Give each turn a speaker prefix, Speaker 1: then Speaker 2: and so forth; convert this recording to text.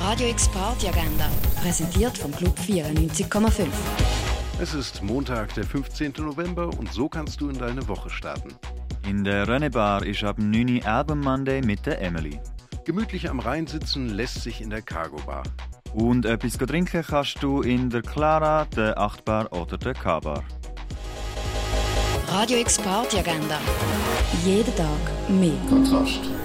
Speaker 1: Radio X Party Agenda, präsentiert vom Club 94,5.
Speaker 2: Es ist Montag, der 15. November und so kannst du in deine Woche starten.
Speaker 3: In der Rennebar ist ab 9 Uhr Album Monday mit der Emily.
Speaker 2: Gemütlich am Rhein sitzen lässt sich in der Cargo Bar.
Speaker 3: Und etwas trinken kannst du in der Clara, der Achtbar oder der K-Bar.
Speaker 1: Radio X Party Agenda. Jeden Tag mehr.
Speaker 4: Kontrast.